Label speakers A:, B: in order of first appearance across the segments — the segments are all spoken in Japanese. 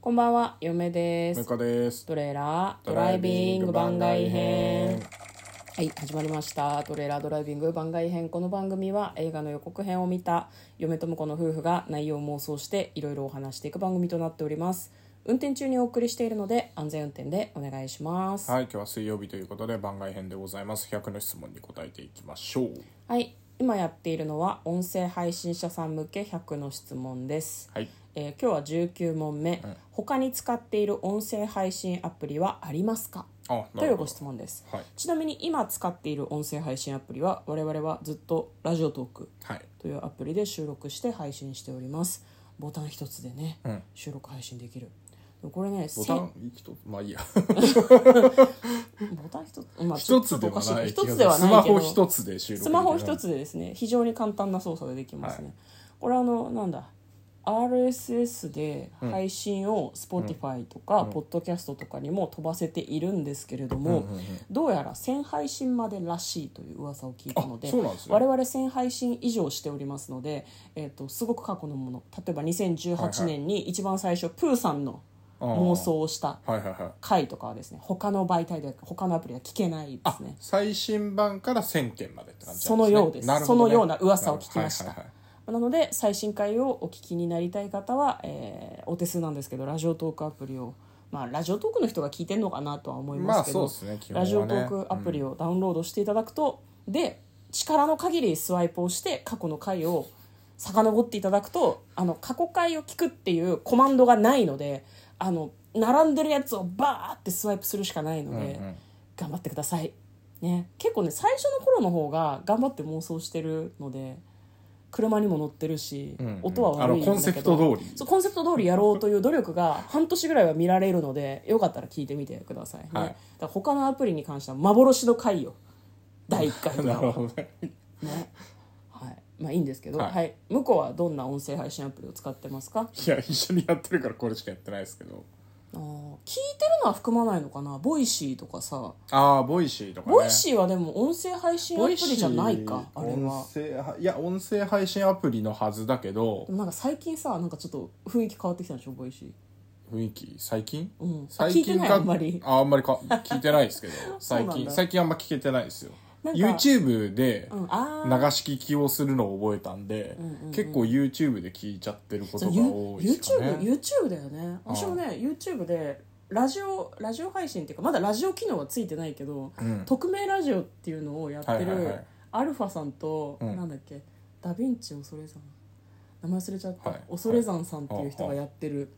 A: こんばんは、嫁です
B: ム。カです
A: トレーラードライビング番外編。はい、始まりました。トレーラードライビング番外編。この番組は映画の予告編を見た嫁と婿の夫婦が内容を妄想していろいろお話していく番組となっております。運転中にお送りしているので安全運転でお願いします。
B: はい今日は水曜日ということで番外編でございます100の質問に答えていきましょう
A: はい、今やっているのは音声配信者さん向け100の質問です。
B: はい
A: えー今日は19問目、他に使っている音声配信アプリはありますか
B: あなるほど
A: というご質問です、
B: はい
A: ちなみに今使っている音声配信アプリは我々はずっとラジオトーク
B: はい
A: というアプリで収録して配信しておりますボタン一つでね、
B: うん
A: 収録配信できるでもこれね
B: ボタン一つまあいいや
A: せんボタン一つ、 まあ、
B: 一つでは
A: ちょっ
B: な
A: と
B: い
A: 一つではないけど
B: スマホ一つで収録
A: スマホ一
B: つ
A: つでですね非常に簡単な操作でできますね、これあのなんだ RSS で配信を Spotify とか、Podcast とかにも飛ばせているんですけれども、どうやら1000配信までらしいという噂を聞いたので
B: あそうなんですね
A: 我々1000配信以上しておりますので、えー、とすごく過去のもの例えば2018年に一番最初、プーさんの妄想をした
B: はいはいはい
A: 回とかはですね他の媒体で他のアプリでは聞けないですね。
B: 最新版から1000件までって感じなんです、ね、
A: そのようです
B: なる
A: そ
B: ほど
A: の
B: ね
A: ような噂を聞きました
B: なるほどはいはいはい
A: なので最新回をお聞きになりたい方は、えーお手数なんですけどラジオトークアプリを、まあ、ラジオトークの人が聞いてるのかなとは思いますけど、
B: まあそうですね基本は
A: ラ
B: ね
A: ジオトークアプリをダウンロードしていただくと、で力の限りスワイプをして過去の回を遡っていただくとあの過去回を聞くっていうコマンドがないのであの並んでるやつをバーってスワイプするしかないので、
B: うんうん
A: 頑張ってください、ね、結構ね最初の頃の方が頑張って妄想してるので車にも乗ってるし、
B: んうん
A: 音は悪いんだけど
B: あのコンセプト通り
A: そうコンセプト通りやろうという努力が半年ぐらいは見られるのでよかったら聞いてみてください、ね
B: はい
A: だから他のアプリに関しては幻の回よ第1回と
B: な
A: か
B: る
A: は
B: ほどね
A: ねはいまあいいんですけど、は
B: はいい
A: 向こうはどんな音声配信アプリを使ってますか
B: いや一緒にやってるからこれしかやってないですけど
A: あー聞いてるのは含まないのかなボイシーとかさ
B: ああボイシーとかね
A: ボイシーはでも音声配信アプリじゃないかあれは
B: 音声はいや音声配信アプリのはずだけど
A: でもなんか最近さなんかちょっと雰囲気変わってきたんでしょボイシー
B: 雰囲気最近、
A: ん
B: 最
A: あ聞いてない
B: か
A: あんまり
B: ああんまりか聞いてないですけ ど
A: そう
B: 最
A: なん
B: 近
A: だ
B: 最近あんま聞けてないですよ
A: なんか
B: YouTube で
A: うん
B: 流
A: あ
B: し
A: ー
B: 聞きをするのを覚えたんで、結構 YouTube で聞いちゃってること
A: そう
B: が
A: ゆ
B: 多いですよ
A: YouTube,
B: ね
A: YouTube だよね私もね YouTube でラジオラジオ配信っていうかまだラジオ機能はついてないけど、
B: ん
A: 匿名ラジオっていうのをやって
B: はいはいは
A: る
B: い
A: アルファさんと、
B: うん
A: なんだっけダヴィンチ恐れ山名前忘れちゃった、
B: はい
A: 恐れ山さんっていう人がやってる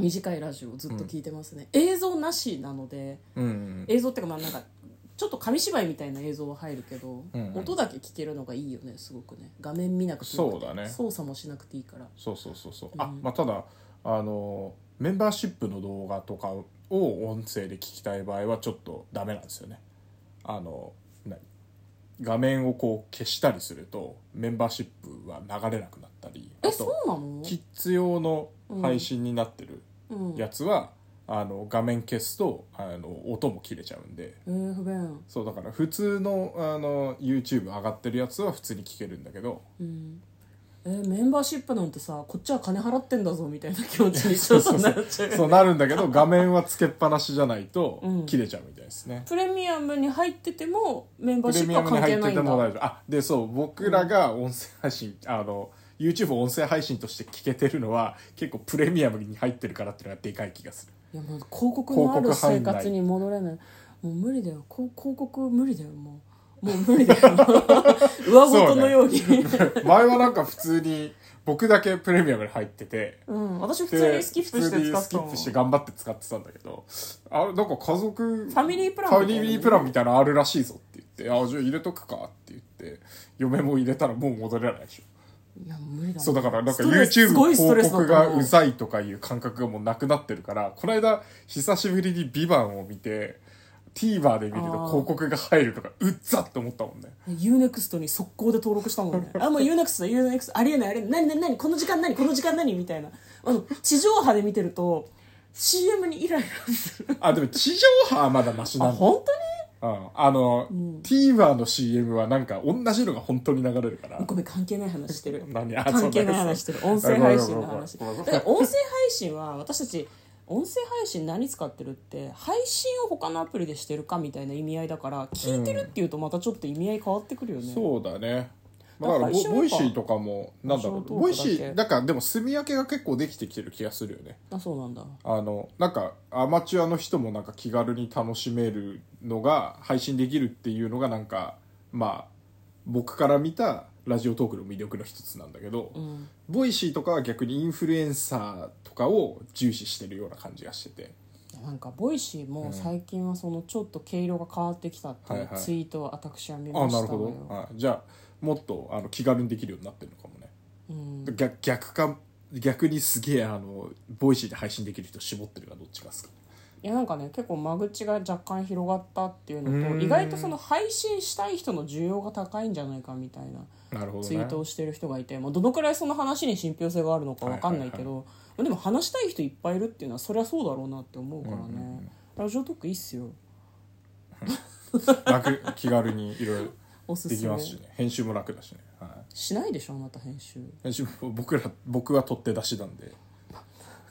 A: 短いラジオをずっと聞いてますね、映像なしなので
B: うんうん
A: 映像っていうかまあなんかちょっと紙芝居みたいな映像は入るけど、
B: うんうん
A: 音だけ聞けるのがいいよねすごくね画面見なくてよくて
B: そうだね
A: 操作もしなくていいから
B: そうそうそうそう、あまあただあのメンバーシップの動画とかを音声で聞きたい場合はちょっとダメなんですよねあの何画面をこう消したりするとメンバーシップは流れなくなったりあ
A: え
B: と
A: そうなの
B: キッズ用の配信になってる
A: うん
B: やつは、あの画面消すとあの音も切れちゃうんで
A: えー、不便
B: そうだから普通のあの YouTube 上がってるやつは普通に聞けるんだけど
A: うんえーメンバーシップなんてさこっちは金払ってんだぞみたいな気持ちにちょっとなっちゃ う
B: そうなるんだけど画面はつけっぱなしじゃないと
A: うん
B: 切れちゃうみたいですね、
A: プレミアムに入っててもメンバー
B: プ
A: シ
B: レ
A: ップは
B: ミアムに
A: 関
B: 入
A: 係
B: っ
A: な
B: て
A: い
B: て
A: ん
B: も
A: だ
B: 大丈夫あでそう僕らが音声配信、あの YouTube を音声配信として聞けてるのは結構プレミアムに入ってるからっていうのがでかい気 がする
A: いやもう広告のある
B: 広告
A: 生
B: 入んない
A: 活に戻れないもう無理だよこう広告無理だよも うもう無理だよ上ごとのように
B: 前はなんか普通に僕だけプレミアムに入ってて
A: うん、私普
B: で
A: 通にスキップし
B: 普通
A: て
B: に
A: 使っ
B: スキ
A: た
B: ッ
A: の
B: プして頑張って使ってたんだけどあれなんか家族フ
A: ァミリープラン
B: ファミリープランみたいなのあるらしいぞって言ってあじゃあ入れとくかって言って嫁も入れたらもう戻れないでしょ
A: いや無理だ
B: そうだからなん
A: ス
B: か
A: トレス
B: YouTube
A: すご
B: の
A: いストレ
B: 広
A: スだと
B: 告
A: 思
B: がうざいとかいう感覚がもうなくなってるからこの間久しぶりに「ビバンを見て TVer で見ると
A: あー
B: 広告が入るとかうっざって思ったもんね
A: UNEXT に速攻で登録したもんねあもう UNEXT だ UNEXT ありえないありえない何何何この時間何この時間何みたいなあの地上波で見てると CM にイライラする
B: あでも地上波はまだマ シ
A: あ
B: なんだ
A: 本当に
B: うんあの、TVer の CM はなんか同じのが本当に流れるから
A: ごめん関係ない話してる
B: 何あ
A: 関係ない
B: そう
A: 話してる音声配信の話
B: ごめんごめんごめん
A: だから音声配信は私たち音声配信何使ってるって配信を他のアプリでしてるかみたいな意味合いだから聞いてるっていうとまたちょっと意味合い変わってくるよね、
B: そうだねまあだから
A: だ
B: ボ
A: から
B: ボイシーとかもなんだろう
A: 一緒の
B: ボイシ
A: トークだけ
B: ーだからでも住み分けが結構できてきてる気がするよね
A: あそうなんだ
B: あのなんかアマチュアの人もなんか気軽に楽しめるのが配信できるっていうのがなんかまあ僕から見たラジオトークの魅力の一つなんだけど、
A: うん
B: ボイシーとかは逆にインフルエンサーとかを重視してるような感じがしてて
A: なんかボイシーも最近はそのちょっと毛色が変わってきたってい
B: は
A: う
B: いはい
A: ツイートを私は見
B: あ
A: ました
B: な
A: わ
B: るほ
A: よ、
B: どあじゃあもっとあの気軽にできるようになってるのかもね、逆逆か逆にすげえあのボイシーで配信できる人絞ってるかどっちかですか
A: いやなんかね結構間口が若干広がったっていうの
B: う
A: と
B: ん
A: 意外とその配信したい人の需要が高いんじゃないかみたいな
B: なるほど、ね、
A: ツイートをしてる人がいて、まあ、どのくらいその話に信憑性があるのかわかんないけど、
B: はいは
A: まあでも話したい人いっぱいいるっていうのはそりゃそうだろうなって思うからね、
B: うんうんうん
A: ラジオトークいいっすよ
B: 楽気軽にいろい
A: お
B: ろ
A: す
B: ですき
A: め
B: ますしね編集も楽だしね、はい、
A: しないでしょあなた編集
B: 編集も僕ら僕は取って出しなんで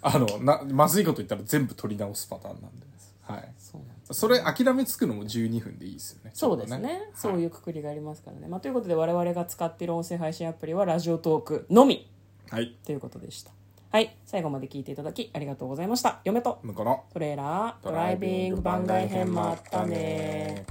B: あのなまずいこと言ったら全部取り直すパターンなんで、はい、
A: そうなんです
B: それ諦めつくのも12分でいいですよね
A: そうですね
B: ちょっ
A: そ
B: と
A: ういうくくりがありますからね、まあ、ということで我々が使っている音声配信アプリはラジオトークのみ
B: はい、はい、
A: ということでしたはい最後まで聞いていただきありがとうございました嫁と
B: 向こうの
A: トレーラードライビング番外編もあったね